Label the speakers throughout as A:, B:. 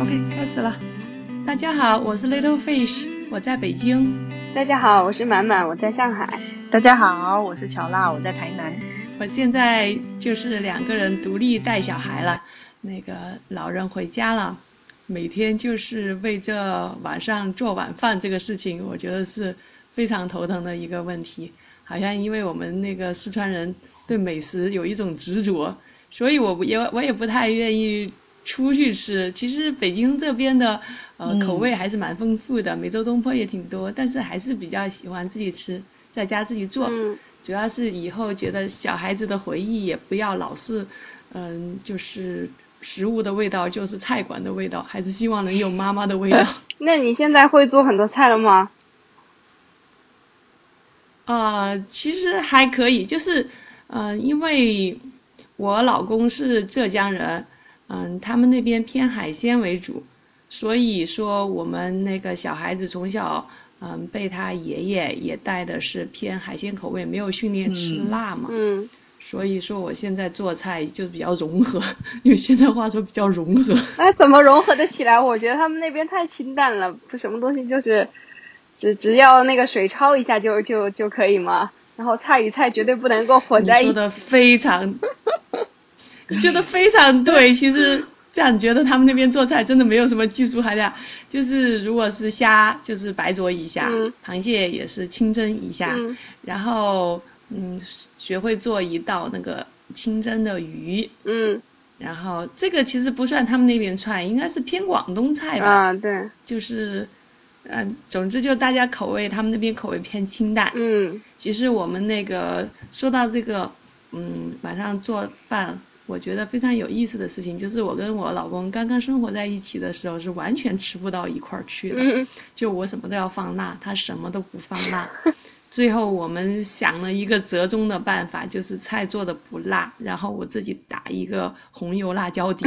A: OK，开始了。大家好，我是 Little Fish，我在北京。
B: 大家好，我是满满，我在上海。
C: 大家好，我是乔娜，我在台南。
A: 我现在就是两个人独立带小孩了，那个老人回家了，每天就是为这晚上做晚饭这个事情，我觉得是非常头疼的一个问题。好像因为我们那个四川人对美食有一种执着，所以我不也我也不太愿意出去吃。其实北京这边的呃、
C: 嗯
A: 口味还是蛮丰富的，每周东坡也挺多，但是还是比较喜欢自己吃，在家自己做。
B: 嗯
A: 主要是以后觉得小孩子的回忆也不要老是，嗯，就是食物的味道就是菜馆的味道，还是希望能有妈妈的味道。
B: 那你现在会做很多菜了吗？
A: 啊、其实还可以，就是，嗯，因为我老公是浙江人，嗯，他们那边偏海鲜为主，所以说我们那个小孩子从小，嗯，被他爷爷也带的是偏海鲜口味，没有训练吃
C: 嗯
A: 辣嘛，
B: 嗯，
A: 所以说我现在做菜就比较融合，用现在话说比较融 合。
B: 那怎么融合的起来？我觉得他们那边太清淡了，不什么东西就是只只要那个水焯一下就就就可以嘛。然后菜与菜绝对不能够混
A: 你
B: 在一
A: 说
B: 起。
A: 的非常， 你觉得非常对。其实这样觉得他们那边做菜真的没有什么技术含量，就是如果是虾，就是白灼一下，
B: 嗯
A: 螃蟹也是清蒸一下，
B: 嗯
A: 然后嗯，学会做一道那个清蒸的鱼。
B: 嗯
A: 然后这个其实不算他们那边菜，应该是偏广东菜吧，
B: 啊，对，
A: 就是，嗯、总之就大家口味，他们那边口味偏清淡，
B: 嗯
A: 其实我们那个说到这个，嗯，晚上做饭，我觉得非常有意思的事情，就是我跟我老公刚刚生活在一起的时候，是完全吃不到一块儿去的。
B: 嗯
A: 就我什么都要放辣，他什么都不放辣。 最后我们想了一个折中的办法，就是菜做的不辣，然后我自己打一个红油辣椒底。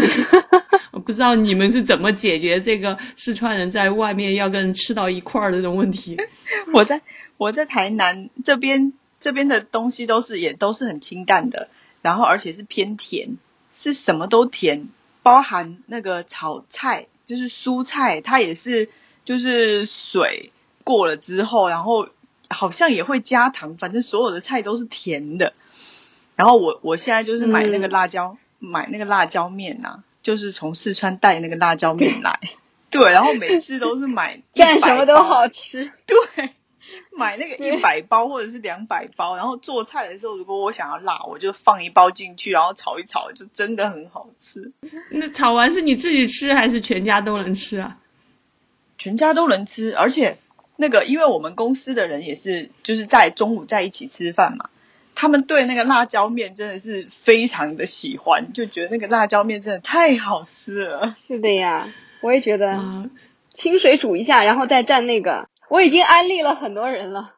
A: 我不知道你们是怎么解决这个四川人在外面要跟人吃到一块儿的这种问题。
C: 我在我在台南这边，这边的东西都是也都是很清淡的，然后而且是偏甜，是什么都甜，包含那个炒菜，就是蔬菜，它也是就是水过了之后，然后好像也会加糖，反正所有的菜都是甜的。然后我我现在就是买那个
A: 嗯
C: 辣椒，买那个辣椒面啊，就是从四川带那个辣椒面来。对，然后每次都是买
B: 蘸什么
C: 100
B: 都
C: 包
B: 好吃。
C: 对，买那个
B: 对
C: 一百包或者是两百包，然后做菜的时候，如果我想要辣，我就放一包进去，然后炒一炒，就真的很好吃，
A: 那炒完是你自己吃还是全家都能吃啊？
C: 全家都能吃。而且那个，因为我们公司的人也是，就是在中午在一起吃饭嘛，他们对那个辣椒面真的是非常的喜欢，就觉得那个辣椒面真的太好吃了。
B: 是的呀，我也觉得
A: 啊，
B: 清水煮一下，然后再蘸那个。我已经安利了很多人了。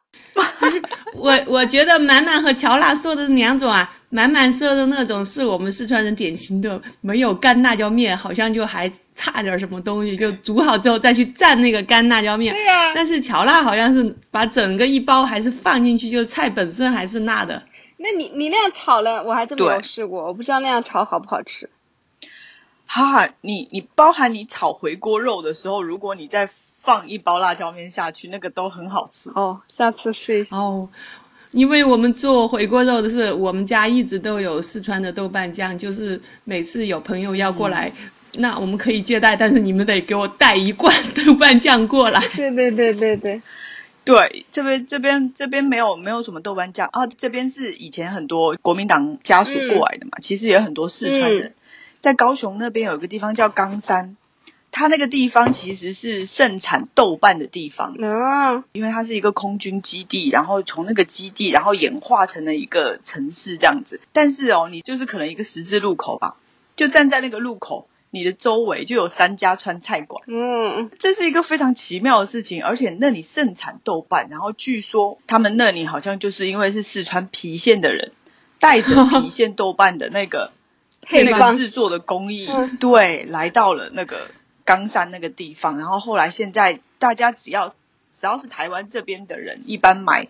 A: 我我觉得满满和乔娜说的两种啊，满满说的那种是我们四川人典型的没有干辣椒面，好像就还差点什么东西，就煮好之后再去蘸那个干辣椒面。
B: 对呀、
A: 但是乔娜好像是把整个一包还是放进去，就菜本身还是辣的。
B: 那你你那样炒了，我还真没有
C: 对
B: 试过，我不知道那样炒好不好吃。
C: 哈、你你包含你炒回锅肉的时候，如果你再放一包辣椒面下去，那个都很好吃。
B: 哦，下次试一下。
A: 哦，因为我们做回锅肉的是，我们家一直都有四川的豆瓣酱，就是每次有朋友要过来，那我们可以接待，但是你们得给我带一罐 豆瓣酱过来。
B: 对对对对对，
C: 对，这边这边这边没有没有什么豆瓣酱啊，这边是以前很多国民党家属过来的嘛，其实也有很多四川人，在高雄那边有一个地方叫冈山，它那个地方其实是盛产豆瓣的地方，
B: 啊，
C: 因为它是一个空军基地，然后从那个基地，然后演化成了一个城市这样子。但是哦，你就是可能一个十字路口吧，就站在那个路口，你的周围就有三家川菜馆。
B: 嗯，
C: 这是一个非常奇妙的事情，而且那里盛产豆瓣，然后据说他们那里好像就是因为是四川郫县的人带着郫县豆瓣的那 个
B: 配
C: 那
B: 方
C: 个制作的工艺，
B: 嗯
C: 对，来到了那个冈山那个地方，然后后来现在大家只要只要是台湾这边的人，一般买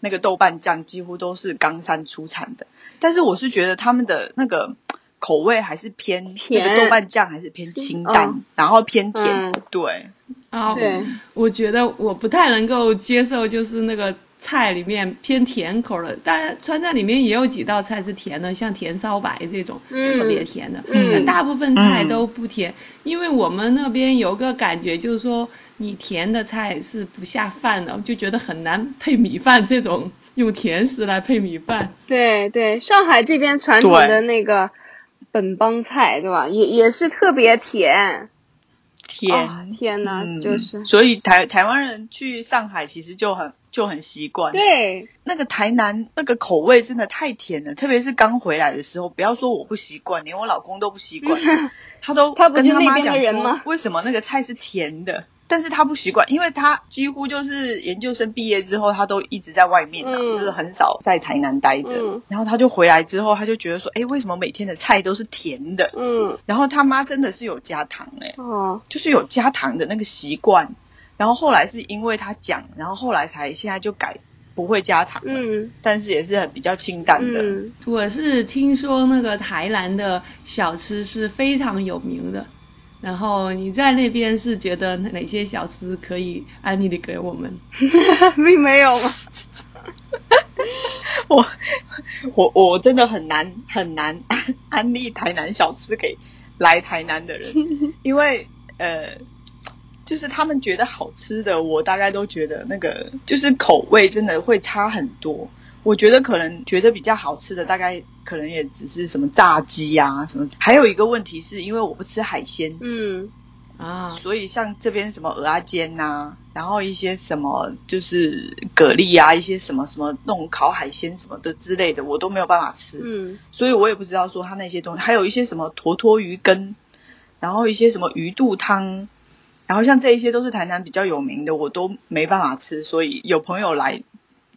C: 那个豆瓣酱几乎都是冈山出产的，但是我是觉得他们的那个口味还是偏
B: 甜
C: 那个豆瓣酱还是偏清淡，
B: 嗯
C: 然后偏甜，
B: 嗯
C: 对，
A: 啊，
B: 对，
A: 我觉得我不太能够接受，就是那个菜里面偏甜口的，当然川菜里面也有几道菜是甜的，像甜烧白这种、
B: 嗯
A: 特别甜的，
B: 嗯
A: 但大部分菜都不甜，因为我们那边有个感觉就是说，你甜的菜是不下饭的，就觉得很难配米饭这种用甜食来配米饭，
B: 对对，上海这边传统
C: 对
B: 的那个本帮菜，对吧？也也是特别甜。
C: 甜。
B: 哦天哪，
C: 嗯
B: 就是
C: 所以台台湾人去上海其实就很就很习惯。
B: 对，
C: 那个台南那个口味真的太甜了，特别是刚回来的时候，不要说我不习惯，连我老公都不习惯，他都
B: 嗯他不
C: 跟
B: 就
C: 他
B: 那
C: 妈
B: 边的
C: 讲
B: 人吗
C: 说，为什么那个菜是甜的？但是他不习惯，因为他几乎就是研究生毕业之后，他都一直在外面、啊，就
B: 嗯
C: 是很少在台南待着。
B: 嗯
C: 然后他就回来之后，他就觉得说，哎，为什么每天的菜都是甜的？
B: 嗯，
C: 然后他妈真的是有加糖哎、
B: 哦，
C: 就是有加糖的那个习惯，然后后来是因为他讲，然后后来才现在就改不会加糖了，
B: 嗯
C: 但是也是很比较清淡的。
B: 嗯，
A: 我是听说那个台南的小吃是非常有名的，然后你在那边是觉得哪些小吃可以安利的给我们？
C: 嗯
B: 并没有吗？
C: 我 我我真的很难很难安利台南小吃给来台南的人，因为呃，就是他们觉得好吃的，我大概都觉得那个就是口味真的会差很多。我觉得可能觉得比较好吃的，大概可能也只是什么炸鸡啊什么。还有一个问题是因为我不吃海鲜，
B: 嗯
A: 啊，
C: 所以像这边什么鹅啊煎呐、然后一些什么就是蛤蜊啊，一些什么什么那种烤海鲜什么的之类的，我都没有办法吃，
B: 嗯
C: 所以我也不知道说它那些东西，还有一些什么坨坨鱼羹，然后一些什么鱼肚汤，然后像这一些都是台南比较有名的，我都没办法吃，所以有朋友来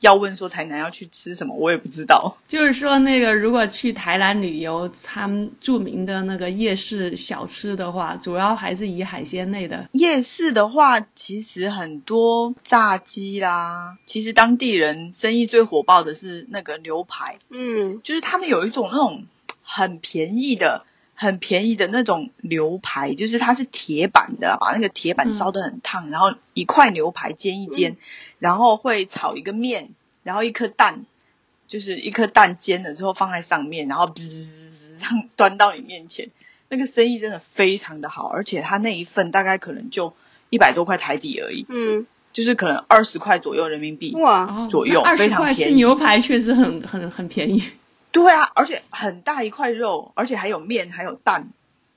C: 要问说台南要去吃什么，我也不知道。
A: 就是说那个如果去台南旅游，他们著名的那个夜市小吃的话，主要还是以海鲜类的。
C: 夜市的话，其实很多炸鸡啦，其实当地人生意最火爆的是那个牛排，
B: 嗯
C: 就是他们有一种那种很便宜的、很便宜的那种牛排，就是它是铁板的，把那个铁板烧得很烫，然后一块牛排煎一煎，然后会炒一个面，然后一颗蛋，就是一颗蛋煎了之后放在上面，然后滋滋滋滋这样端到你面前。那个生意真的非常的好，而且他那一份大概可能就一百多块台币而已，
B: 嗯，
C: 就是可能二十块左右人民币。
B: 哇，
A: 哦，
C: 左右
A: 二
C: 非
A: 十
C: 常
A: 块
C: 便
A: 吃
C: 宜
A: 牛排确实很很很便宜。
C: 对啊，而且很大一块肉，而且还有面，还有蛋，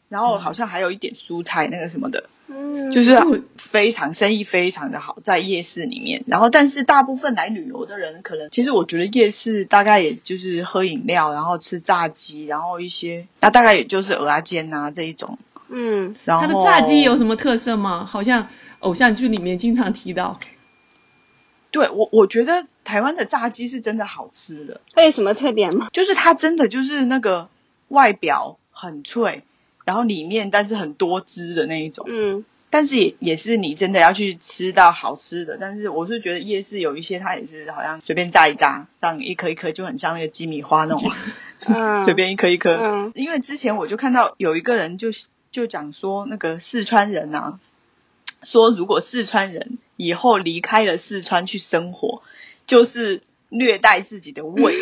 C: 然后
A: 嗯
C: 好像还有一点蔬菜那个什么的，
B: 嗯，
C: 就是
A: 嗯
C: 非常生意非常的好，在夜市里面。然后，但是大部分来旅游的人，可能其实我觉得夜市大概也就是喝饮料，然后吃炸鸡，然后一些那大概也就是鹅啊煎啊这一种。
B: 嗯
C: 然后
A: 它的炸鸡有什么特色吗？好像偶像剧里面经常提到。
C: 对我我觉得台湾的炸鸡是真的好吃的，
B: 它有什么特点吗？
C: 就是它真的就是那个外表很脆，然后里面但是很多汁的那一种。
B: 嗯
C: 但是也也是你真的要去吃到好吃的，但是我是觉得夜市有一些它也是好像随便炸一炸，让一颗一颗就很像那个鸡米花那种，
B: 嗯，
C: 随便一颗一颗。
B: 嗯
C: 因为之前我就看到有一个人就就讲说那个四川人啊，说如果四川人以后离开了四川去生活，就是虐待自己的 胃，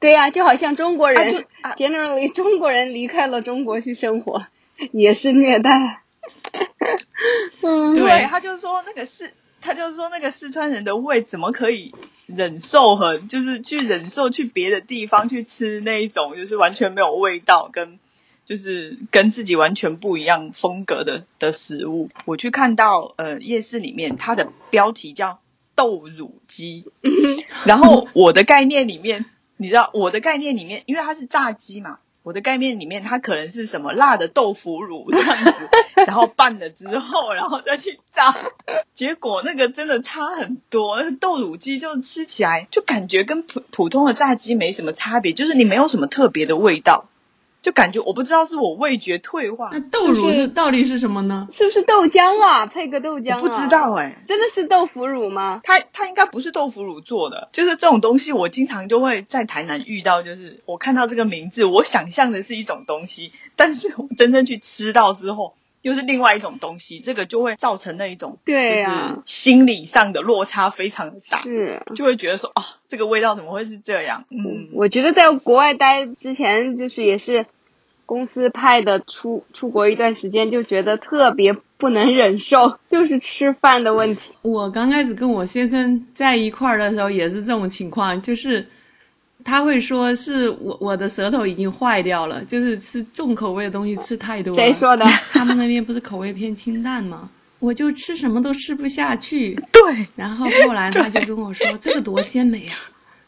B: 对呀、就好像中国
C: 啊就
B: 人、
C: 啊
B: generally 中国人离开了中国去生活，也是虐待。 嗯，
A: 对
C: 对，他就说那个四，他就说那个四川人的胃怎么可以忍受和就是去忍受去别的地方去吃那一种就是完全没有味道跟就是跟自己完全不一样风格的的食物。我去看到呃夜市里面它的标题叫豆乳鸡，然后我的概念里面，你知道我的概念里面，因为它是炸鸡嘛。我的概念里面，它可能是什么辣的豆腐乳这样子，然后拌了之后，然后再去炸，结果那个真的差很多。那个豆乳鸡就吃起来就感觉跟普普通的炸鸡没什么差别，就是你没有什么特别的味道。就感觉我不知道是我味觉退化，
A: 那豆乳
B: 就是
A: 是到底是什么呢？
B: 是不是豆浆啊？配个豆浆、啊？
C: 不知，道哎、
B: 真的是豆腐乳吗？
C: 它它应该不是豆腐乳做的，就是这种东西，我经常就会在台南遇到，就是我看到这个名字，我想象的是一种东西，但是我真正去吃到之后，又是另外一种东西，这个就会造成那一种
B: 对
C: 就是
B: 啊
C: 心理上的落差非常的大，
B: 是。
C: 就会觉得说啊，这个味道怎么会是这样？嗯，
B: 我觉得在国外待之前，就是也是公司派的出出国一段时间，就觉得特别不能忍受，就是吃饭的问题。
A: 我刚开始跟我先生在一块儿的时候也是这种情况，就是他会说是我我的舌头已经坏掉了，就是吃重口味的东西吃太多了。
C: 啊
B: 谁说的？
A: 他们那边不是口味偏清淡吗？我就吃什么都吃不下去。
C: 对，
A: 然后后来他就跟我说：“这个多鲜美呀、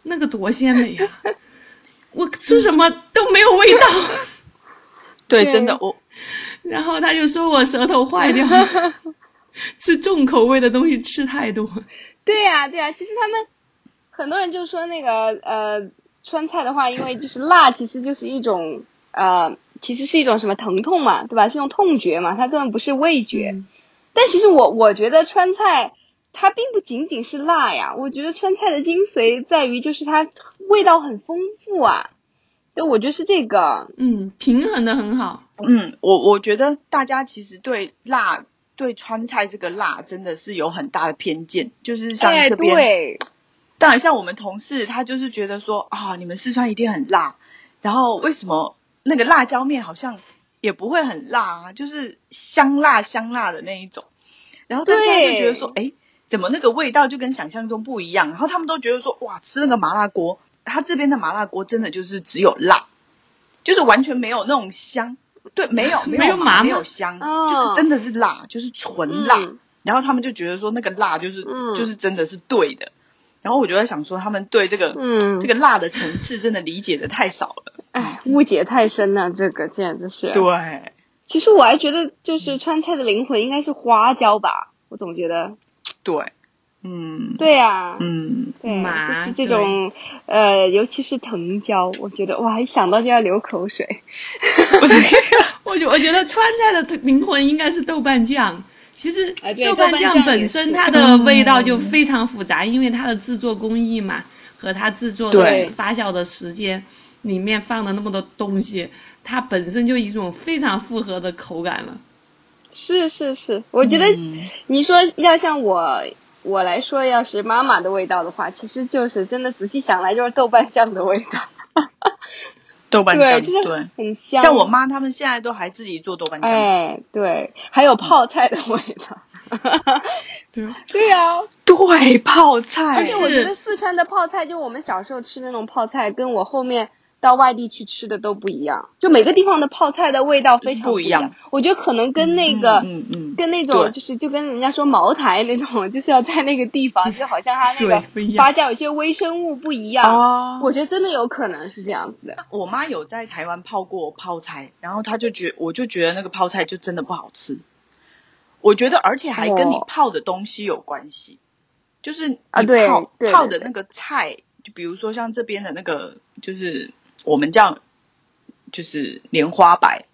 A: 那个多鲜美呀、我吃什么都没有味道。
C: 对，
B: 对
C: 真的，我”
A: 然后他就说我舌头坏掉了，吃重口味的东西吃太多。
B: 对呀、对呀、其实他们很多人就说那个呃，川菜的话，因为就是辣，其实就是一种呃，其实是一种什么疼痛嘛，对吧？是一种痛觉嘛，它根本不是味觉。但其实我我觉得川菜它并不仅仅是辣呀，我觉得川菜的精髓在于就是它味道很丰富啊。对，我觉得是这个，
A: 嗯，平衡的很好。
C: 嗯，我我觉得大家其实对辣。对川菜这个辣真的是有很大的偏见，就是像
B: 哎，
C: 这边、
B: 对，
C: 当然，像我们同事，他就是觉得说啊，你们四川一定很辣，然后为什么那个辣椒面好像也不会很辣啊，就是香辣香辣的那一种。然后大家就
B: 对
C: 觉得说，哎，怎么那个味道就跟想象中不一样？然后他们都觉得说，哇，吃那个麻辣锅，他这边的麻辣锅真的就是只有辣，就是完全没有那种香，对，没有
A: 没有
C: 有麻，
A: 麻
C: 没
A: 吗
C: 有香，
B: 哦
C: 就是真的是辣，就是纯辣。
B: 嗯
C: 然后他们就觉得说那个辣就是、
B: 嗯
C: 就是真的是对的，然后我就在想说他们对这个、
B: 嗯
C: 这，个辣的层次真的理解的太少了，
B: 哎，误解太深了，这个简直是。
C: 对，
B: 其实我还觉得，
C: 嗯
B: 就是川菜的灵魂应该是花椒吧，我总觉得。
C: 对，嗯，，
B: 对呀、
C: 嗯，
B: 对，啊
A: 麻
B: 就是这种，呃，尤其是藤椒，我觉得哇，一想到就要流口水。
C: 不是，
A: 我觉我觉得川菜的灵魂应该是豆瓣酱。其实
B: 啊对
A: 豆瓣
B: 豆瓣酱
A: 酱本身它的味道就非常复杂，因为它的制作工艺嘛和它制作的
C: 对
A: 时发酵的时间里面放了那么多东西，它本身就一种非常复合的口感了。
B: 是是是，我觉得
C: 嗯
B: 你说要像我我来说，要是妈妈的味道的话，其实就是真的仔细想来就是豆瓣酱的味道，
C: 豆瓣
B: 对，
C: 酱，
B: 就是
C: 对，
B: 很香。
C: 像我妈他们现在都还自己做豆瓣酱，
B: 哎，对，还有泡菜的味道。
A: 对，
B: 对啊呀、
C: 对，泡菜，
B: 而
A: 就
B: 且我觉得
A: 是
B: 四川的泡菜，就我们小时候吃那种泡菜，跟我后面到外地去吃的都不一样。就每个地方的泡菜的味道非常
C: 不
B: 一
C: 一
B: 样。
C: 样
B: 我觉得可能跟那个，
C: 嗯嗯嗯
B: 跟那
C: 对
B: 种就是就跟人家说茅台那种，就是要在那个地方，就好像它那
A: 水不
B: 个
A: 一样
B: 发酵有些微生物不一样。
C: 哦，
B: 我觉得真的有可能是这样子的。
C: 我妈有在台湾泡过泡菜，然后她就觉，我就觉得那个泡菜就真的不好吃。我觉得，而且还跟你
B: 哦
C: 泡的东西有关系，就是你
B: 啊对
C: 泡
B: 对
C: 泡
B: 对
C: 的那个菜，就比如说像这边的那个，就是我们叫就是莲花白，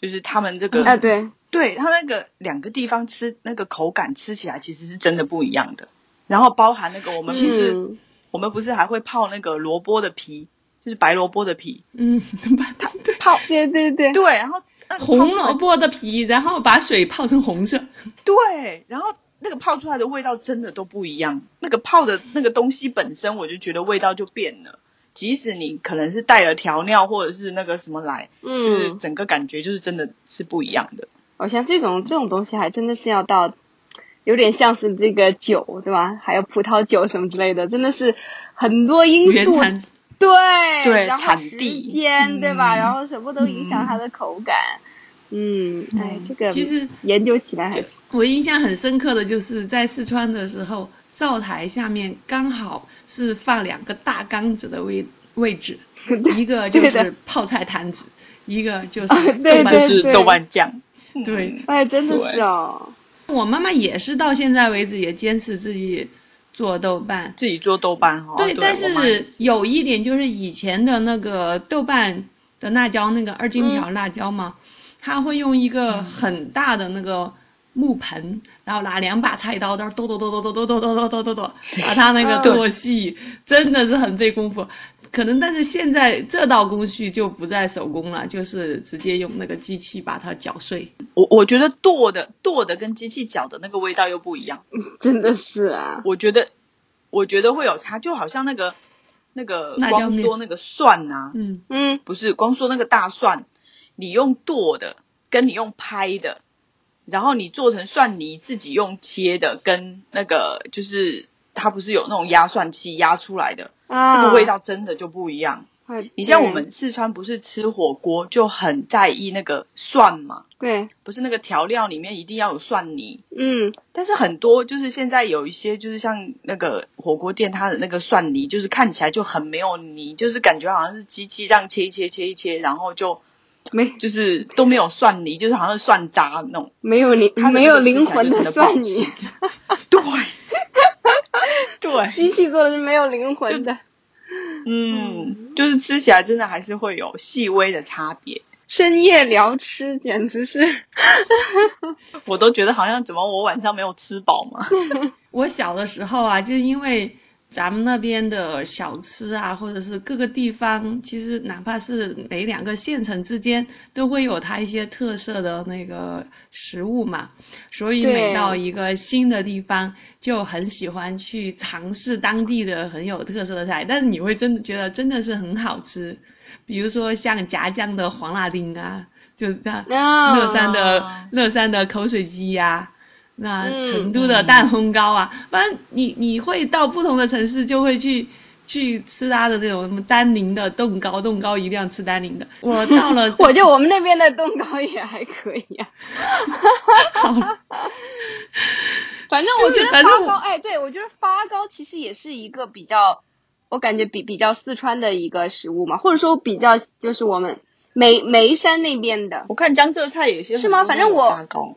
C: 就是他们这个、
B: 啊，对，
C: 对它那个两个地方吃那个口感吃起来其实是真的不一样的。然后包含那个我们不是、
B: 嗯
C: 我们不是还会泡那个萝卜的皮，就是白萝卜的皮
A: 嗯，把它对
C: 泡
B: 对对对，
C: 对，然后那个泡出来
A: 红萝卜的皮，然后把水泡成红色。
C: 对，然后那个泡出来的味道真的都不一样。那个泡的那个东西本身，我就觉得味道就变了。即使你可能是带了调料或者是那个什么来，就是
B: 嗯，
C: 整个感觉就是真的是不一样的。
B: 好像这种这种东西还真的是要到，有点像是这个酒对吧？还有葡萄酒什么之类的，真的是很多因
A: 原
B: 素
A: 产
B: 对
C: 对
B: 然后
C: 产
B: 时
C: 地
B: 间对吧？
C: 嗯
B: 然后什么都影响它的口感。嗯，哎，这个
A: 其实
B: 研究起来还是
A: 我印象很深刻的就是在四川的时候，灶台下面刚好是放两个大缸子的位位置，一个就
B: 对哦
A: 是泡菜坛子，一个就是
C: 就
A: 豆
B: 对
A: 瓣子。
B: 对
C: 是豆瓣酱，
A: 对
C: 嗯
B: 哎，真的
C: 对
B: 是哦，
A: 我妈妈也是到现在为止也坚持自己做豆瓣，
C: 哦自己做豆瓣哈。对，
A: 但
C: 我妈也
A: 是有一点就是以前的那个豆瓣的辣椒，那个二
C: 嗯
A: 荆条辣椒嘛，他会用一个很大的那个木盆，然后拿两把菜刀，到剁剁剁剁剁剁剁剁剁剁剁，把它那个
B: 嗯
A: 剁细，真的是很费功夫。可能但是现在这道工序就不再手工了，就是直接用那个机器把它搅碎。
C: 我我觉得剁的剁的跟机器搅的那个味道又不一样，
B: 真的是啊，
C: 我觉得我觉得会有差，就好像那个那个
A: 辣椒
C: 光
A: 面
C: 说那个蒜啊呐、
A: 嗯，
B: 嗯，
C: 不是光说那个大蒜，你用剁的跟你用拍的，然后你做成蒜泥自己用切的，跟那个就是它不是有那种压蒜器压出来的，
B: 啊，
C: 那个味道真的就不一样。
B: 哎，
C: 你像我
B: 对
C: 们四川不是吃火锅就很在意那个蒜嘛，
B: 对，
C: 不是那个调料里面一定要有蒜泥，
B: 嗯，
C: 但是很多就是现在有一些就是像那个火锅店，它的那个蒜泥就是看起来就很没有泥，就是感觉好像是机器这样切一切切一切，然后就
B: 没
C: 就是都没有蒜泥，就是好像是蒜渣那种。
B: 没有灵
C: 它的那个
B: 嗯没有灵魂
C: 吃起来就真的不好
B: 蒜泥，
C: 对，对，
B: 机器做的是没有灵魂的。
C: 嗯，就是吃起来真的还是会有细微的差别。
B: 深夜聊吃简直 是，
C: 我都觉得好像怎么我晚上没有吃饱嘛。
A: 我小的时候啊，就是因为咱们那边的小吃啊，或者是各个地方，其实哪怕是每两个县城之间，都会有它一些特色的那个食物嘛。所以每
B: 对
A: 到一个新的地方，就很喜欢去尝试当地的很有特色的菜，但是你会真的觉得真的是很好吃，比如说像夹酱的黄辣丁啊，就是这样。
B: 啊，
A: 乐山的乐山的口水鸡呀、那
B: 嗯
A: 成都的蛋烘糕啊，反正你你会到不同的城市就会去去吃它的那种什么丹宁的冻糕，冻糕一定要吃丹宁的。我到了
B: 我觉得我们那边的冻糕也还可以啊。
A: 好
B: 反正
A: 就
B: 我
A: 是
B: 觉得
A: 反
B: 发
A: 正我
B: 糕，哎，对我觉得发糕其实也是一个比较，我感觉比比较四川的一个食物嘛，或者说比较就是我们眉眉山那边的，
C: 我看江浙菜有些
B: 是吗
C: 很多
B: 反正
C: 那种
B: 我
C: 发糕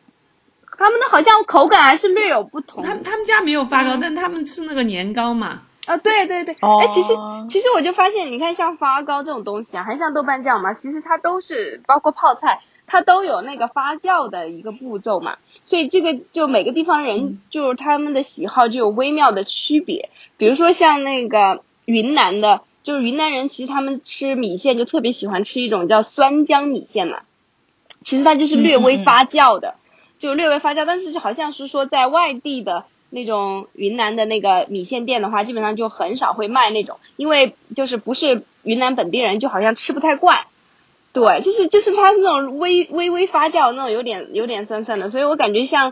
B: 他们的好像口感还是略有不同
A: 他们他们家没有发糕，但他们吃那个年糕嘛，
B: 啊。对对对，
C: 哦
B: 哎，其实其实我就发现，你看像发糕这种东西啊，还像豆瓣酱嘛，其实它都是包括泡菜，它都有那个发酵的一个步骤嘛。所以这个就每个地方人就是他们的喜好就有微妙的区别。比如说像那个云南的，就是云南人其实他们吃米线就特别喜欢吃一种叫酸浆米线嘛，其实它就是略微
C: 嗯嗯嗯
B: 发酵的，就略微发酵，但是好像是说在外地的。那种云南的那个米线店的话，基本上就很少会卖那种，因为就是不是云南本地人，就好像吃不太惯。对，就是就是它是那种微微微发酵那种，有点有点酸酸的，所以我感觉像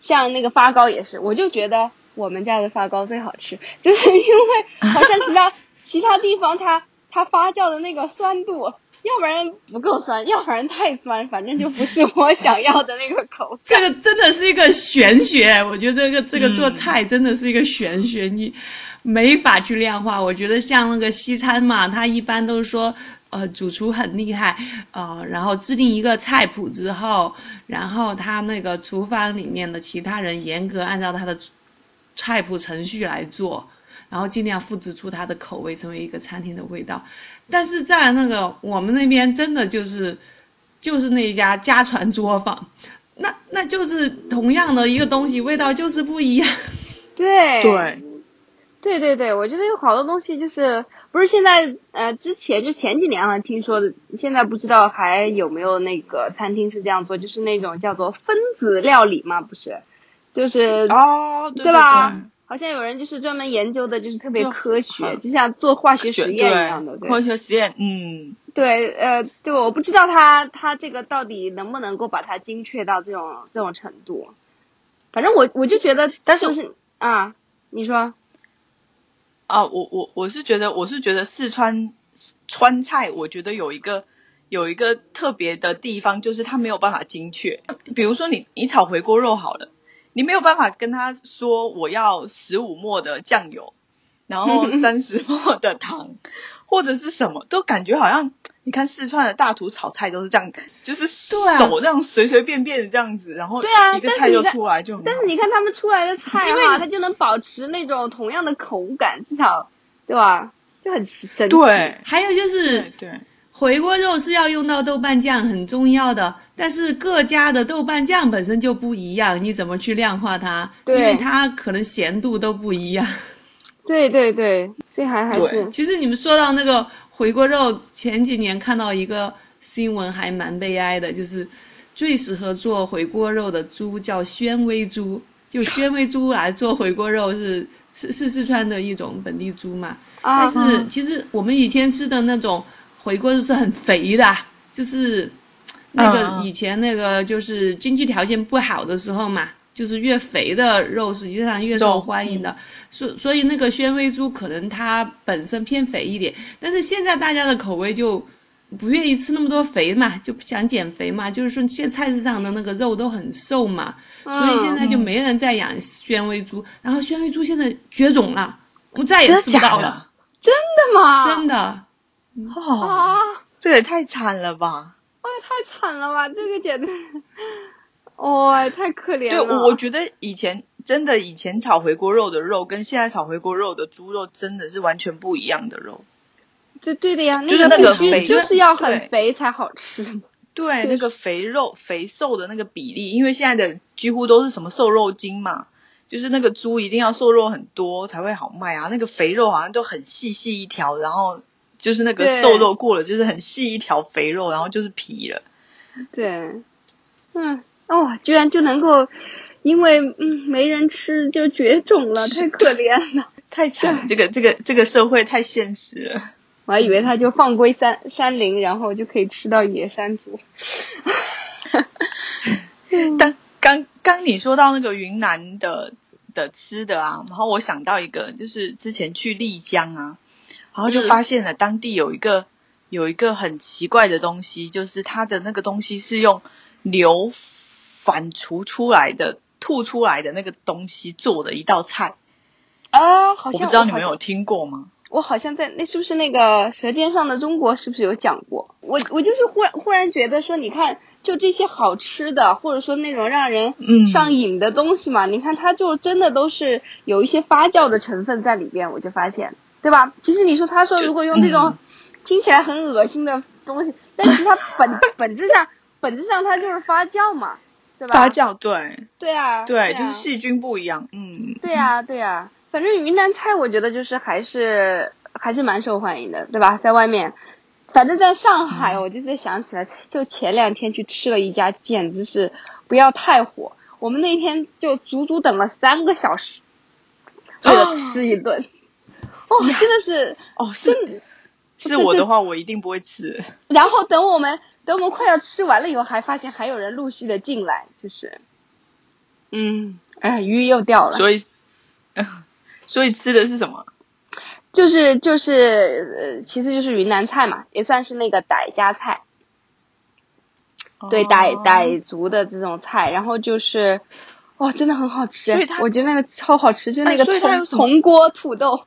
B: 像那个发糕也是，我就觉得我们家的发糕最好吃，就是因为好像其 他其他地方它它发酵的那个酸度，要不然不够酸，要不然太酸，反正就不是我想要的那个口
A: 这个真的是一个玄学，我觉得这个这个做
C: 嗯
A: 菜真的是一个玄学，你没法去量化。我觉得像那个西餐嘛，它一般都是说，呃，主厨很厉害，呃，然后制定一个菜谱之后，然后他那个厨房里面的其他人严格按照他的菜谱程序来做，然后尽量复制出它的口味，成为一个餐厅的味道。但是在那个我们那边，真的就是就是那一家家传作坊，那那就是同样的一个东西，味道就是不一样。
B: 对
C: 对，
B: 对对对，我觉得有好多东西就是不是现在呃之前就前几年啊听说的，现在不知道还有没有那个餐厅是这样做，就是那种叫做分子料理嘛，不是，就是、
C: 哦，对
B: 对吧
C: 对？
B: 好像有人就是专门研究的，就是特别
C: 就
B: 科学，
C: 很
B: 就像做化学
C: 对
B: 实验一样的，
C: 对
B: 对
C: 科学实验，嗯，
B: 对，呃，就我不知道他他这个到底能不能够把它精确到这种这种程度，反正我我就觉得，
C: 但是
B: 就是啊，你说
C: 啊，我我我是觉得，我是觉得四川川菜，我觉得有一个有一个特别的地方，就是它没有办法精确。比如说你你炒回锅肉好了，你没有办法跟他说我要十五沫的酱油，然 后三十沫的糖，或者是什么，都感觉好像你看四川的大厨炒菜都是这样，就是
A: 对啊
C: 手这样随随便便的这样子，然后
B: 对啊
C: 一个
B: 但是
C: 菜
B: 你
C: 就
B: 看
C: 出来就很
B: 但是
C: 好
B: 你看他们出来的菜
A: 因为
B: 哈，
A: 你
B: 它就能保持那种同样的口感，至少对吧？就很奇神奇。
C: 对
A: 还有就是
C: 对对
A: 回锅肉是要用到豆瓣酱，很重要的。但是各家的豆瓣酱本身就不一样，你怎么去量化它？因
B: 对
A: 为它可能咸度都不一样。
B: 对对对，所以还还
C: 对
B: 是
A: 其实你们说到那个回锅肉，前几年看到一个新闻，还蛮悲哀的，就是最适合做回锅肉的猪叫宣威猪，就宣威猪来做回锅肉是是是四川的一种本地猪嘛。
B: 啊
A: 但，是其实我们以前吃的那种回锅肉是很肥的，就是那
C: 嗯
A: 个
C: 嗯
A: 以前那个就是经济条件不好的时候嘛，就是越肥的肉实际上越受
C: 肉嗯
A: 欢迎的。所所以那个宣威猪可能它本身偏肥一点，但是现在大家的口味就。不愿意吃那么多肥嘛，就不想减肥嘛，就是说现在菜市场的那个肉都很瘦嘛，所以
B: 啊
A: 现在就
C: 嗯
A: 没人再养宣威猪，然后宣威猪现在绝种了，我们再也吃不到了。
B: 真的吗？
A: 真的，
C: 哦，
B: 啊！
C: 这也太惨了吧！
B: 哇，太惨了吧！这个简直，哇、太可怜
C: 对，
B: 了。
C: 我我觉得以前真的以前炒回锅肉的肉跟现在炒回锅肉的猪肉真的是完全不一样的肉。
B: 对对的呀，
C: 就是
B: 个
C: 那个
B: 必须
C: 肥
B: 就是要
C: 对
B: 很肥才好吃。
C: 对，
B: 确
C: 那个肥肉肥瘦的那个比例，因为现在的几乎都是什么瘦肉精嘛，就是那个猪一定要瘦肉很多才会好卖啊。那个肥肉好像都很细细一条，然后就是那个
B: 对
C: 瘦肉过了，就是很细一条肥肉，然后就是皮了。
B: 对，嗯，哦，居然就能够，因为嗯没人吃就绝种了，太可怜了。
C: 太惨了，这个这个这个社会太现实了。
B: 我还以为它就放归山山林，然后就可以吃到野山猪。
C: 但刚刚你说到那个云南的的吃的啊，然后我想到一个，就是之前去丽江啊，然后就
B: 嗯
C: 发现了当地有一个、有一个很奇怪的东西，就是它的那个东西是用牛反刍出来的、吐出来的那个东西做的一道菜，
B: 啊，好
C: 我
B: 像
C: 不知道你
B: 好
C: 们
B: 像
C: 有听过吗？
B: 我好像在那是不是那个《舌尖上的中国》是不是有讲过？我我就是忽然忽然觉得说，你看就这些好吃的，或者说那种让人
C: 嗯
B: 上瘾的东西嘛，你看它就真的都是有一些发酵的成分在里边，我就发现，对吧？其实你说他说
C: 就
B: 如果用这种
C: 嗯
B: 听起来很恶心的东西，但其实它本 本质上本质上它就是发酵嘛，对吧？
C: 发酵，对
B: 对啊，
C: 对，
B: 啊
C: 就是细菌不一样，嗯，
B: 对呀、对呀、反正云南菜我觉得就是还是还是蛮受欢迎的，对吧？在外面，反正在上海，我就是想起来，就前两天去吃了一家，简直是不要太火。我们那天就足足等了三个小时，为了吃一顿。哦，真的是，
C: 哦，是是我的话，我一定不会吃。
B: 然后等我们等我们快要吃完了以后，还发现还有人陆续的进来，就是，嗯，哎，鱼又掉了。
C: 所以， 所以吃的是什么？
B: 就是就是呃，其实就是云南菜嘛，也算是那个傣家菜，对傣
C: 哦
B: 傣族的这种菜。然后就是，哇，真的很好吃
C: 所以它，
B: 我觉得那个超好吃，就那个
C: 哎所以它
B: 铜
C: 有什么
B: 铜锅土豆。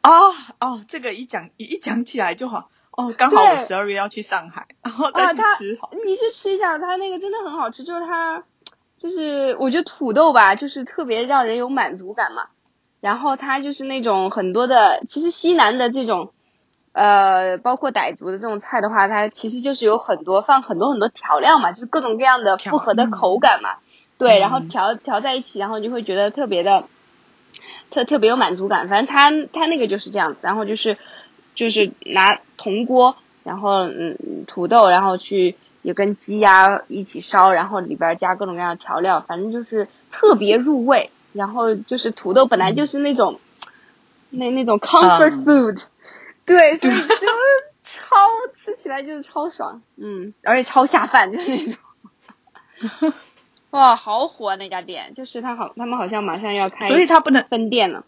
C: 哦哦，这个一讲一一讲起来就好。哦，刚好
B: 对啊
C: 我十二月要去上海， 然后
B: 哇，
C: 再去
B: 它
C: 吃好。
B: 你去吃一下，它那个真的很好吃，就是它，就是我觉得土豆吧，就是特别让人有满足感嘛。然后它就是那种很多的，其实西南的这种，呃，包括傣族的这种菜的话，它其实就是有很多放很多很多调料嘛，就是各种各样的
C: 调
B: 复合的
C: 嗯
B: 口感嘛。对，然后
C: 嗯
B: 调调在一起，然后你就会觉得特别的，特特别有满足感。反正他他那个就是这样子，然后就是就是拿铜锅，然后嗯土豆，然后去也跟鸡呀一起烧，然后里边加各种各样的调料，反正就是特别入味。然后就是土豆本来就是那种、那那种 comfort
C: 嗯
B: food，、对， 所以就超吃起来就是超爽，嗯，而且超下饭，就是那种。 哇，好火啊那家店，就是他好，他们好像马上要开
C: 所以它不能，
B: 分店了，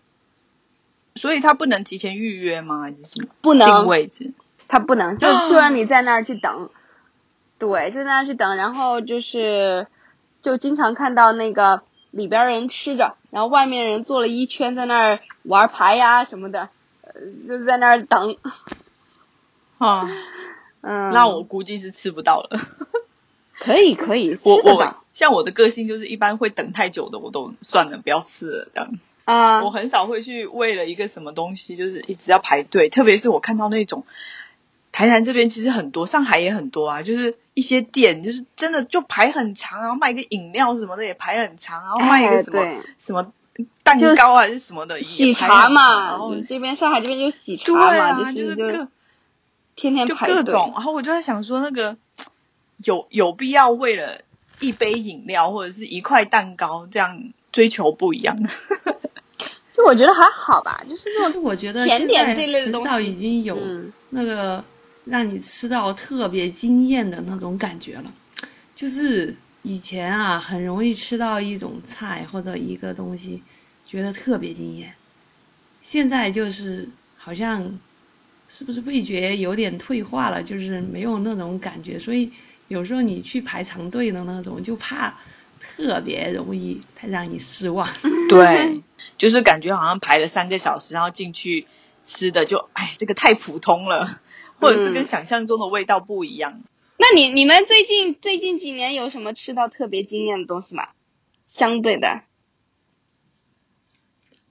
C: 所以它不能提前预约吗？还是什么
B: 不
C: 定
B: 能，
C: 位置？
B: 他不能，就
C: 啊
B: 就让你在那儿去等，对，就在那儿去等，然后就是就经常看到那个里边人吃着，然后外面人坐了一圈在那儿玩牌呀什么的，呃，就在那儿等，哦
C: 啊，
B: 嗯，
C: 那我估计是吃不到了。
B: 可以可以
C: 我
B: 吃得
C: 我
B: 到
C: 像我的个性就是一般会等太久的，我都算了，不要吃了这样。
B: 啊
C: 我很少会去为了一个什么东西，就是一直要排队，特别是我看到那种台南这边其实很多，上海也很多啊，就是一些店就是真的就排很长，然后卖个饮料什么的也排很长，然后卖一个什么、呃
B: 哎
C: 什么蛋
B: 就是
C: 糕啊还是什么的也
B: 喜
C: 排
B: 茶
C: 很长
B: 嘛
C: 然，后
B: 你这边上海这边就是喜茶
C: 啊哦对
B: 嘛，
C: 啊，
B: 是
C: 就
B: 就是
C: 各
B: 天天
C: 就
B: 排
C: 各
B: 队
C: 种，然后我就在想说，那个有有必要为了一杯饮料或者是一块蛋糕这样追求不一样？
B: 就我觉得还好吧，就是
A: 其
B: 这
A: 实
B: 种
A: 我觉得
B: 甜
A: 现
B: 点
A: 在
B: 这类的
A: 很
B: 东
A: 少
B: 西
A: 已经有
B: 嗯
A: 那个让你吃到特别惊艳的那种感觉了。就是以前啊，很容易吃到一种菜或者一个东西，觉得特别惊艳。现在就是好像是不是味觉有点退化了，就是没有那种感觉，所以有时候你去排长队的那种，就怕特别容易让你失望。
C: 对， 就是感觉好像排了三个小时，然后进去吃的就哎，这个太普通了，或者是跟
B: 嗯
C: 想象中的味道不一样。
B: 那你你们最近最近几年有什么吃到特别惊艳的东西吗？相对的，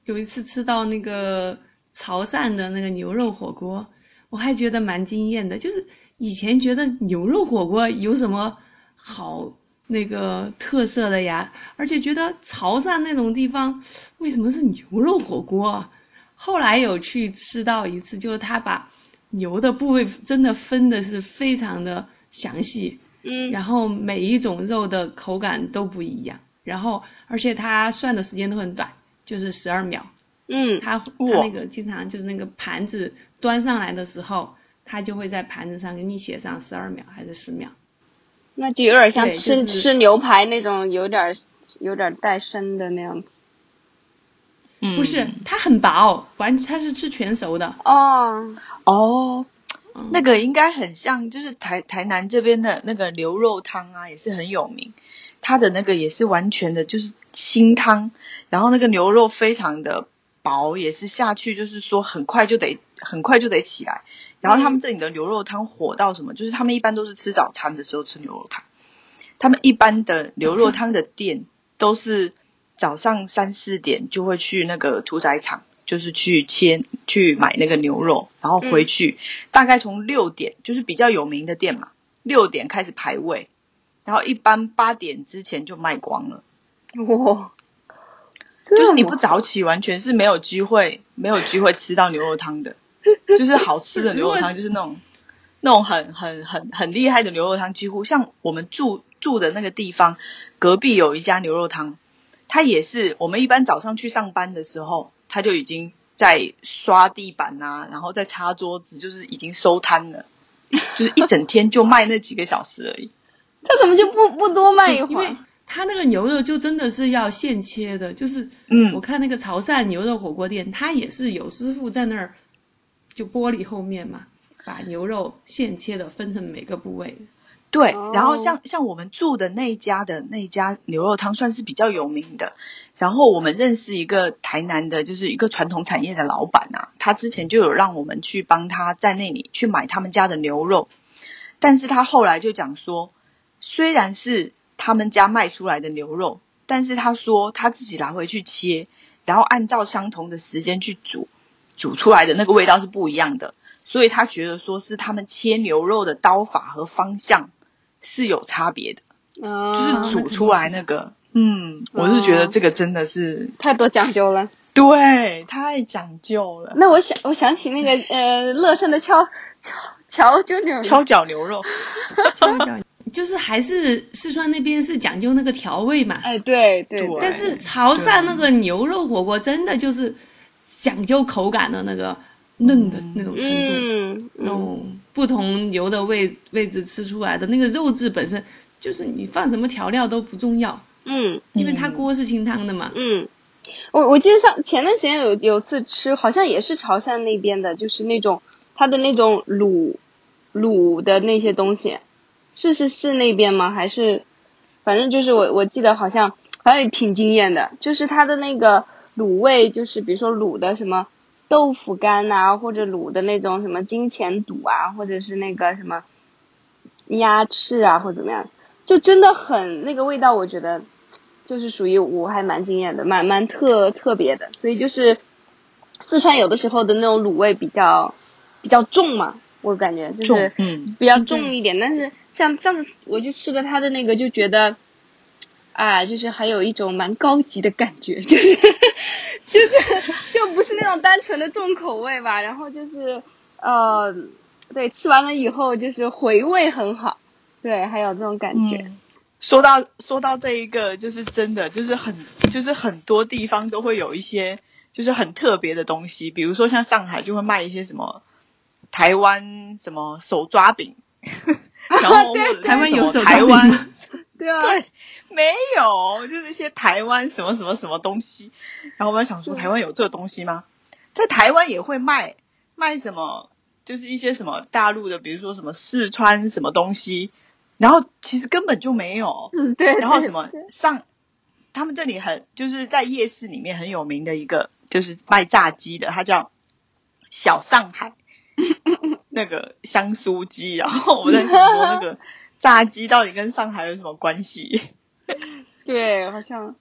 A: 有一次吃到那个潮汕的那个牛肉火锅，我还觉得蛮惊艳的。就是以前觉得牛肉火锅有什么好那个特色的呀，而且觉得潮汕那种地方为什么是牛肉火锅啊？后来有去吃到一次，就是他把牛的部位真的分的是非常的详细，
B: 嗯，
A: 然后每一种肉的口感都不一样，然后而且它涮的时间都很短，就是十二秒。
B: 嗯，
A: 它它
C: 哇
A: 那个经常就是那个盘子端上来的时候，它就会在盘子上给你写上十二秒还是十秒。
B: 那就有点像
A: 对
B: 吃、
A: 就是
B: 吃牛排那种，有点有点带生的那样子。
C: 嗯
A: 不是，它很薄，完它是吃全熟的。
B: 哦，
C: 哦，
A: 嗯、
C: 那个应该很像，就是台台南这边的那个牛肉汤啊，也是很有名。它的那个也是完全的，就是清汤，然后那个牛肉非常的薄，也是下去就是说很快就得很快就得起来。然后他们这里的牛肉汤火到什么，就是他们一般都是吃早餐的时候吃牛肉汤，他们一般的牛肉汤的店都是早上三四点就会去那个屠宰场，就是去切去买那个牛肉，然后回去、大概从六点，就是比较有名的店嘛，六点开始排位，然后一般八点之前就卖光了。
B: 哇， 啊
C: 就是你不
B: 找
C: 早起，完全是没有机会，没有机会吃到牛肉汤的。就是好吃的牛肉汤，就是那种那种很很很很厉害的牛肉汤，几乎像我们住住的那个地方，隔壁有一家牛肉汤，它也是我们一般早上去上班的时候，它就已经在刷地板啊，然后在擦桌子，就是已经收摊了，就是一整天就卖那几个小时而已。
B: 他怎么就不不多卖一
A: 因
B: 会
A: 为
B: 儿？
A: 它那个牛肉就真的是要现切的，就是
C: 嗯
A: 我看那个潮汕牛肉火锅店，它也是有师傅在那儿，就玻璃后面嘛，把牛肉现切的分成每个部 位。
C: 对
B: 哦，
C: 然后像像我们住的那一家的那一家牛肉汤算是比较有名的，然后我们认识一个台南的，就是一个传统产业的老板啊，他之前就有让我们去帮他在那里去买他们家的牛肉，但是他后来就讲说，虽然是他们家卖出来的牛肉，但是他说他自己拿回去切，然后按照相同的时间去煮，煮出来的那个味道是不一样的，所以他觉得说是他们切牛肉的刀法和方向是有差别的，
A: 嗯
B: 啊，
C: 就是煮出来那个，嗯，我是觉得这个真的是
B: 太多讲究了。
C: 对，太讲究了，
B: 那我想我想起那个呃，乐胜的敲敲乔舅舅，
C: 敲脚牛肉，
A: 就是讲，就是还是四川那边是讲究那个调味嘛，
B: 哎，对对，
C: 对
A: 但是潮汕那个牛肉火锅真的就是讲究口感的那个嫩的
C: 嗯
A: 那种程度。
B: 嗯
A: 那
B: 嗯，
A: 种不同油的位位置吃出来的那个肉质本身，就是你放什么调料都不重要，
B: 嗯
A: 因为它
C: 嗯
A: 锅是清汤的嘛。
B: 嗯，我我记得上前段时间有有次吃，好像也是潮汕那边的，就是那种它的那种卤卤的那些东西，是是是那边吗？还是反正就是我我记得好像好像也挺惊艳的，就是它的那个卤味，就是比如说卤的什么豆腐干呐、或者卤的那种什么金钱肚啊，或者是那个什么鸭翅啊，或者怎么样，就真的很那个味道，我觉得就是属于我还蛮惊艳的，蛮蛮特特别的。所以就是四川有的时候的那种卤味比较比较重嘛，我感觉就
C: 重
B: 是
C: 嗯
B: 比较重一点。但是像上次我就吃了它的那个，就觉得啊，就是还有一种蛮高级的感觉， 就是就是就不是那种单纯的重口味吧。然后就是呃，对，吃完了以后就是回味很好，对，还有这种感觉。
C: 嗯。说到说到这一个，就是真的，就是很就是很多地方都会有一些就是很特别的东西，比如说像上海就会卖一些什么台湾什么手抓饼， 然 后或者是
A: 台湾有
C: 什
A: 手
C: 么
A: 抓
C: 台
A: 饼
C: 湾
A: 吗
B: 对啊，
C: 对，没有，就是一些台湾什么什么什么东西。然后我们想说，
B: 是
C: 台湾有这个东西吗？在台湾也会卖卖什么？就是一些什么大陆的，比如说什么四川什么东西，然后其实根本就没有。
B: 嗯对。
C: 然后
B: 对
C: 什么上，他们这里很就是在夜市里面很有名的一个，就是卖炸鸡的，它叫小上 海那个香酥鸡。然后我在想说，那个炸鸡到底跟上海有什么关系？
B: 对，好像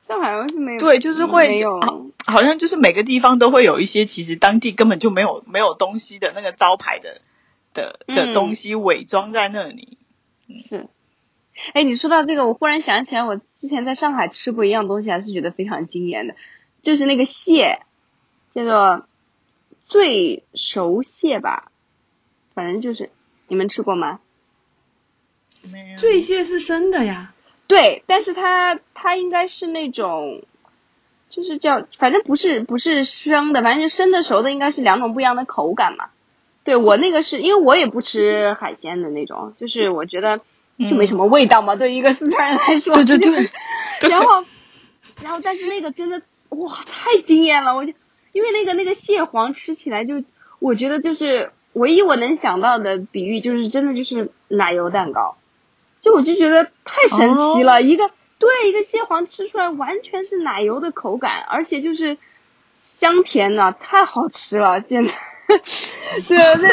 B: 上海好像是没有。
C: 对，就是会
B: 没有。
C: 啊好像就是每个地方都会有一些其实当地根本就没有没有东西的那个招牌的的的
B: 嗯
C: 东西伪装在那里。
B: 是，哎，你说到这个，我忽然想起来，我之前在上海吃过一样东西，还是觉得非常惊艳的，就是那个蟹，叫做醉熟蟹吧，反正就是你们吃过吗？
C: 没有
A: 醉蟹是生的呀，
B: 对，但是它它应该是那种，就是叫，反正不是不是生的，反正就生的熟的应该是两种不一样的口感嘛。对我那个是因为我也不吃海鲜的那种，就是我觉得就没什么味道嘛，对于一个四川人来说，
C: 嗯对对
B: 就是
C: 对，对
B: 然后，然后但是那个真的哇，太惊艳了！我就因为那个那个蟹黄吃起来就，我觉得就是唯一我能想到的比喻，就是真的就是奶油蛋糕，就我就觉得太神奇了，一个对一个蟹黄吃出来完全是奶油的口感，而且就是香甜呐、太好吃了，真的。 对，那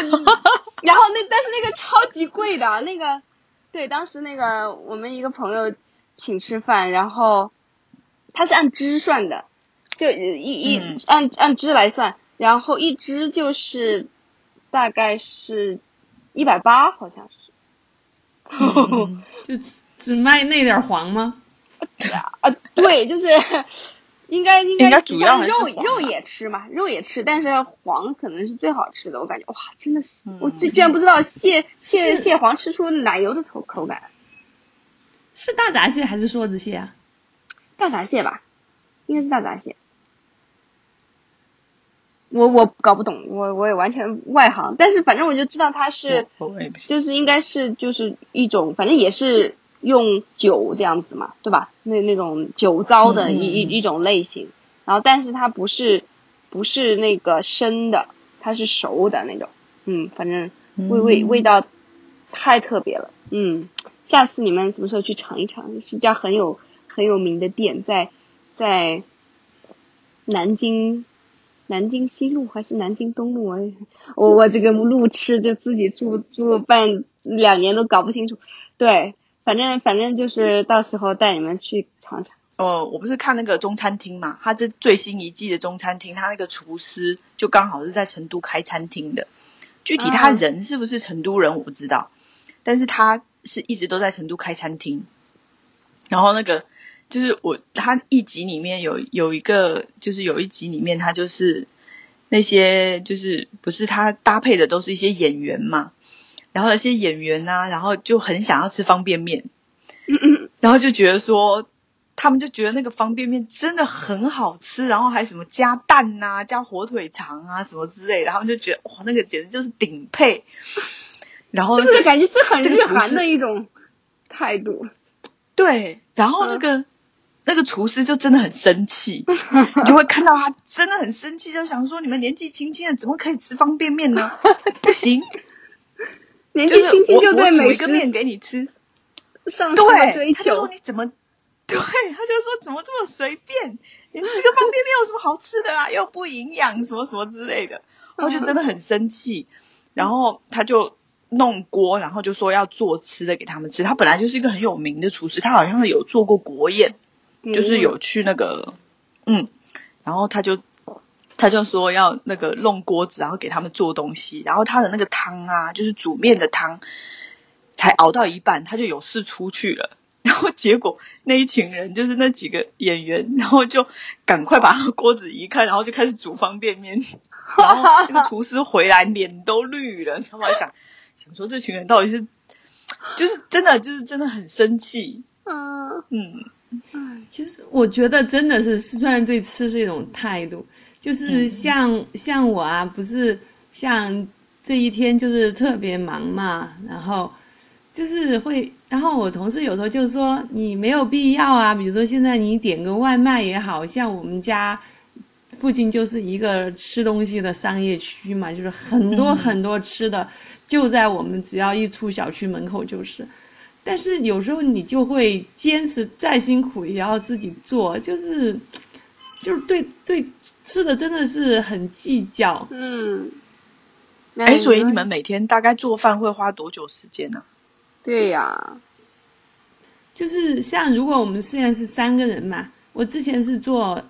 B: 然后那但是那个超级贵的那个，对，当时那个我们一个朋友请吃饭，然后他是按只算的，就一一、
C: 嗯
B: 按按只来算，然后一只就是大概是一百八，好像是。
C: 嗯
A: 就只只卖那点儿黄吗？
B: 啊，对，就是 应该应
C: 应该
B: 该
C: 主要还是
B: 肉
C: 黄吧
B: 肉也吃嘛，肉也吃，但是黄可能是最好吃的，我感觉哇，真的是、
C: 嗯
B: 我居居然不知道蟹蟹
A: 是
B: 蟹黄吃出奶油的口口感，
A: 是大闸蟹还是梭子蟹啊？
B: 大闸蟹吧，应该是大闸蟹。我我搞不懂，我我也完全外行，但是反正我就知道它是。
C: 我我也不行。
B: 就是应该是就是一种，反正也是用酒这样子嘛，对吧？那那种酒糟的
C: 嗯嗯
B: 一一、
C: 嗯
B: 一种类型，然后但是它不是不是那个生的，它是熟的那种，嗯，反正味味味道太特别了，嗯，下次你们什么时候去尝一尝？是一家很有很有名的店，在在南京。南京西路还是南京东路？我也我我这个路痴，就自己住住了半两年都搞不清楚。对，反正反正就是到时候带你们去尝尝。
C: 哦，我不是看那个中餐厅嘛，它这最新一季的中餐厅，它那个厨师就刚好是在成都开餐厅的。具体他
B: 啊
C: 人是不是成都人我不知道，但是他是一直都在成都开餐厅。然后那个就是我，他一集里面有有一个，就是有一集里面他就是那些就是不是他搭配的都是一些演员嘛，然后那些演员呢、然后就很想要吃方便面，嗯 然后就觉得说，他们就觉得那个方便面真的很好吃，然后还什么加蛋呐、加火腿肠啊什么之类的，他们就觉得哇，那个简直就是顶配。然后
B: 是
C: 那
B: 不
C: 个
B: 是哦感觉是很
C: 这个
B: 日
C: 厨
B: 韩
C: 师
B: 的一种态度？
C: 对，然后那个、那个厨师就真的很生 气，你就会看到他真的很生气，就想说你们年纪轻轻的怎么可以吃方便面 呢？不行，
B: 年纪
C: 就是
B: 轻轻
C: 我
B: 就
C: 我
B: 对
C: 煮
B: 美
C: 一个面
B: 食
C: 给你吃，
B: 上升
C: 对，
B: 的追
C: 他就
B: 求
C: 说。你怎么？对，他就说怎么这么随便？你吃个方便面有什么好吃的啊？又不营养，什么什么之类的，我就真的很生气。然后他就弄锅，然后就说要做吃的给他们吃。他本来就是一个很有名的厨师，他好像有做过国宴，就是有去那个，嗯，然后他就他就说要那个弄锅子，然后给他们做东西，然后他的那个汤啊，就是煮面的汤，才熬到一半，他就有事出去了。 然后结果那一群人就是那几个演员，然后就赶快把他锅子移开，然后就开始煮方便面。然后那个厨师回来脸都绿了，他们还想想说这群人到底是，就是真的就是真的很生气。
B: 嗯，
C: 嗯，
A: 其实我觉得真的是四川人对吃是一种态度，就是像、像我啊，不是像这一天就是特别忙嘛，然后就是会，然后我同事有时候就说你没有必要啊，比如说现在你点个外卖也好像我们家附近就是一个吃东西的商业区嘛，就是很多
C: 嗯
A: 很多吃的、就在我们只要一出小区门口就是。但是有时候你就会坚持，再辛苦也要自己做，就是，就是对对吃的真的是很计较。
B: 嗯，那
C: 哎，所以你们每天大概做饭会花多久时间呢、
B: 对呀、
A: 就是像如果我们虽然是三个人嘛，我之前是做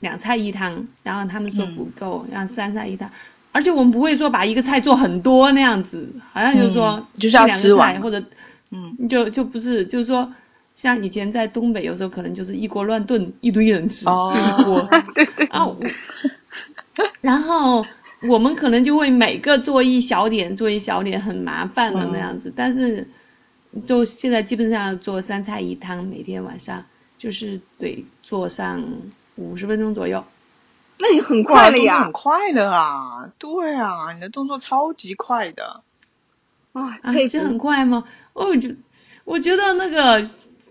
A: 两菜一汤，然后他们
C: 嗯
A: 说不够，让三菜一汤，而且我们不会说把一个菜做很多那样子，好像就是说
C: 嗯就是要
A: 一两
C: 吃
A: 个
C: 完
A: 菜
C: 嘛
A: 或者
C: 嗯，
A: 就就不是，就是说，像以前在东北，有时候可能就是一锅乱炖，一堆人吃，
C: 哦
A: 就一 锅。对对。然后啊我，然后我们可能就会每个做一小点，做一小点，很麻烦的那样子。但是，就现在基本上做三菜一汤，每天晚上就是得做上五十分钟左右。
B: 那你很
C: 哇
B: 快了
C: 动作
B: 呀
C: 很！快的啊！对啊，你的动作超级快的。
B: 哇，
A: 啊
B: 佩，
A: 这
B: 服
A: 很快吗？我觉我觉得那个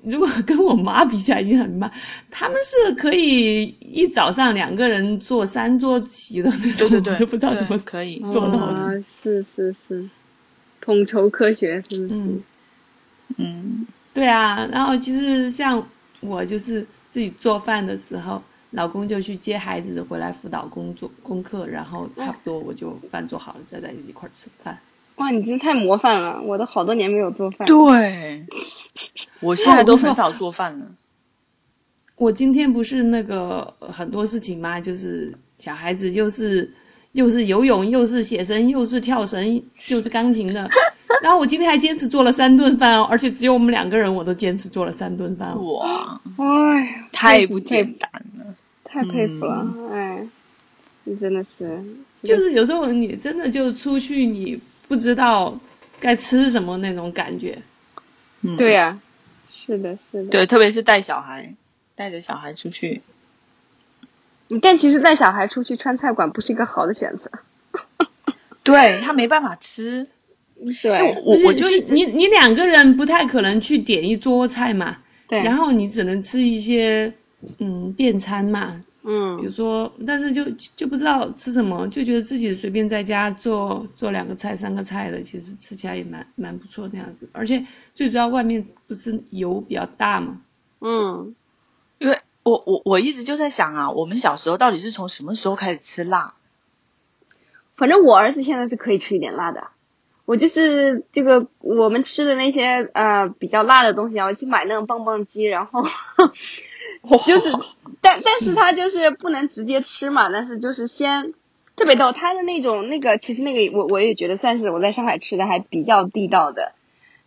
A: 如果跟我妈比起来已经很慢，他们是可以一早上两个人做三桌席的那种，
C: 对对对，
A: 我都不知道
C: 对
A: 怎么。
C: 可以。
A: 做到的
B: 啊，是是是，统筹科学，嗯
A: 嗯，
C: 嗯，
A: 对啊。然后其实像我就是自己做饭的时候，老公就去接孩子回来辅导工作功课，然后差不多我就饭做好了，再在一块儿吃饭。
B: 哇，你真太模范了！我都好多年没有做饭。
C: 对，我现在都很少做饭了。
A: 我今天不是那个呃很多事情嘛，就是小孩子又是又是游泳，又是写生，又是跳绳，又是钢琴的。 然后我今天还坚持做了三顿饭哦，而且只有我们两个人，我都坚持做了三顿饭哦。
C: 哇，
B: 哎呀，
C: 太
B: 佩服
C: 不简嗯单了。
B: 太佩服了！哎，你真的是，
A: 就是有时候你真的就出去，你不知道该吃什么那种感觉。
C: 嗯，
B: 对啊呀、是的，是的。
C: 对，特别是带小孩，带着小孩出去，
B: 对，但其实带小孩出去川菜馆不是一个好的选择。
C: 对他没办法吃。
B: 嗯对
C: 我
A: 不是
C: 我就是
A: 你你两个人不太可能去点一桌菜嘛，
B: 对，
A: 然后你只能吃一些嗯便餐嘛，比如
B: 嗯，
A: 说，但是就就不知道吃什么，就觉得自己随便在家做做两个菜、三个菜的，其实吃起来也蛮蛮不错那样子。而且最主要外面不是油比较大嘛，
B: 嗯，
C: 因为我我我一直就在想啊，我们小时候到底是从什么时候开始吃辣？
B: 反正我儿子现在是可以吃一点辣的。我就是这个我们吃的那些呃比较辣的东西啊，我去买那种棒棒鸡，然后就是，但但是他就是不能直接吃嘛，但是就是先特别逗，他的那种那个其实那个我我也觉得算是我在上海吃的还比较地道的，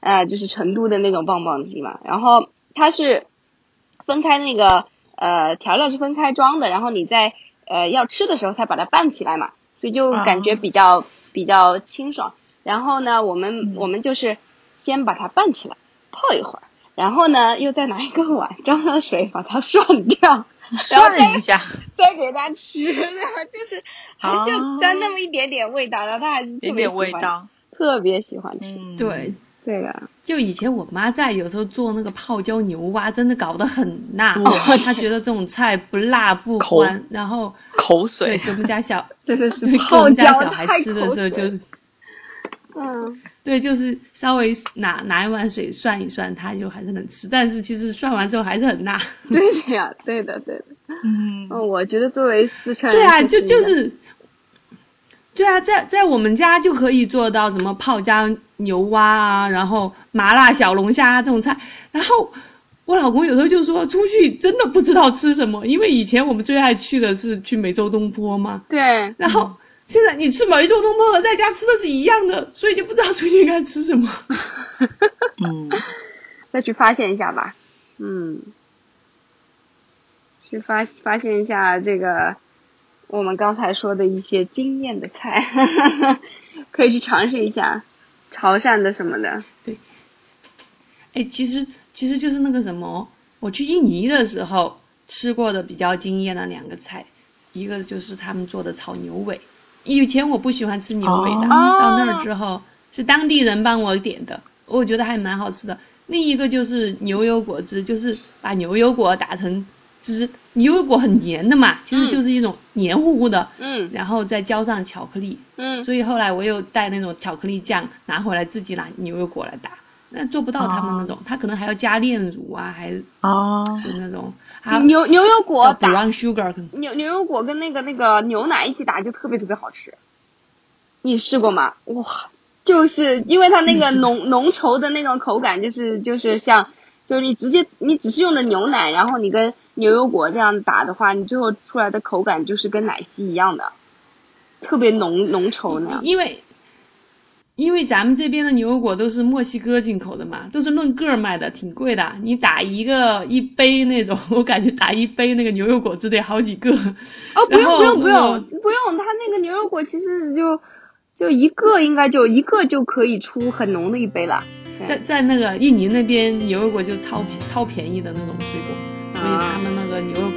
B: 呃，就是成都的那种棒棒鸡嘛，然后它是分开那个呃调料是分开装的，然后你在呃要吃的时候才把它拌起来嘛，所以就感觉比较、比较清爽。然后呢，我们、我们就是先把它拌起来，泡一会儿，然后呢又再拿一个碗装上水把它涮 掉，然后
C: 涮
B: 再
C: 一下，
B: 再给它吃的， 就是还是要
C: 啊
B: 沾那么一点点味道，然后他还是特
C: 有
B: 别
C: 点
B: 喜
C: 味
B: 欢，
C: 道。
B: 特别喜欢吃、
C: 嗯，，，
B: 这个。
A: 就以前我妈在，有时候做那个泡椒牛蛙，真的搞得很辣，
C: 哇
A: 她觉得这种菜不辣不
C: 口
A: 欢，然后
C: 口
A: 对
C: 水
A: 给。我们家 小
B: 真的是
A: 对给我
B: 泡
A: 们
B: 椒
A: 家小孩
B: 太
A: 吃的
B: 口
A: 时候就
B: 水嗯，
A: 对，就是稍微拿拿一碗水涮一涮，她就还是能吃，但是其实涮完之后还是很辣。
B: 对的呀，对的，对的。
C: 嗯，
B: 嗯，我觉得作为四川人，
A: 对啊，就
B: 一
A: 就
B: 样
A: 是，对啊，在在我们家就可以做到什么泡椒牛蛙啊，然后麻辣小龙虾、啊、这种菜，然后。我老公有时候就说出去真的不知道吃什么，因为以前我们最爱去的是去梅州东坡嘛，
B: 对，
A: 然后现在你吃梅州东坡和在家吃的是一样的，所以就不知道出去该吃什么。
C: 嗯，
B: 再去发现一下吧。嗯，去发发现一下这个我们刚才说的一些惊艳的菜， 可以去尝试一下潮汕的什么的。
A: 哎，其实其实就是那个什么，我去印尼的时候吃过的比较惊艳的两个菜，一个就是他们做的炒牛尾。以前我不喜欢吃牛尾的，
B: 哦
A: 到那儿之后是当地人帮我点的，我觉得还蛮好吃的。另一个就是牛油果汁，就是把牛油果打成汁，牛油果很黏的嘛，其实就是一种黏糊糊的，
B: 嗯
A: 然后再浇上巧克力，
B: 嗯
A: 所以后来我又带那种巧克力酱拿回来，自己拿牛油果来打。那做不到他们那
B: 哦
A: 种，他可能还要加炼乳啊，还
C: 哦，
A: 就那种啊，
B: 牛牛油果
A: 叫
B: 打
A: brown sugar 可能
B: 牛牛油果跟那个那个牛奶一起打就特别特别好吃，你试过吗？哇，就是因为它那
A: 你
B: 个
A: 试过
B: 浓浓稠的那种口感，就是就是像就是你直接你只是用的牛奶，然后你跟牛油果这样打的话，你最后出来的口感就是跟奶昔一样的，特别浓浓稠哦那样。
A: 因为因为咱们这边的牛油果都是墨西哥进口的嘛，都是论个儿卖的，挺贵的。你打一个一杯那种，我感觉打一杯那个牛油果汁得好几个。
B: 哦，不
A: 然
B: 用
A: 后
B: 不用不用
A: 我
B: 不用，它那个牛油果其实就就一个应该就一个就可以出很浓的一杯了。
A: 在在那个印尼那边，牛油果就超便超便宜的那种水果，所以他们那个牛油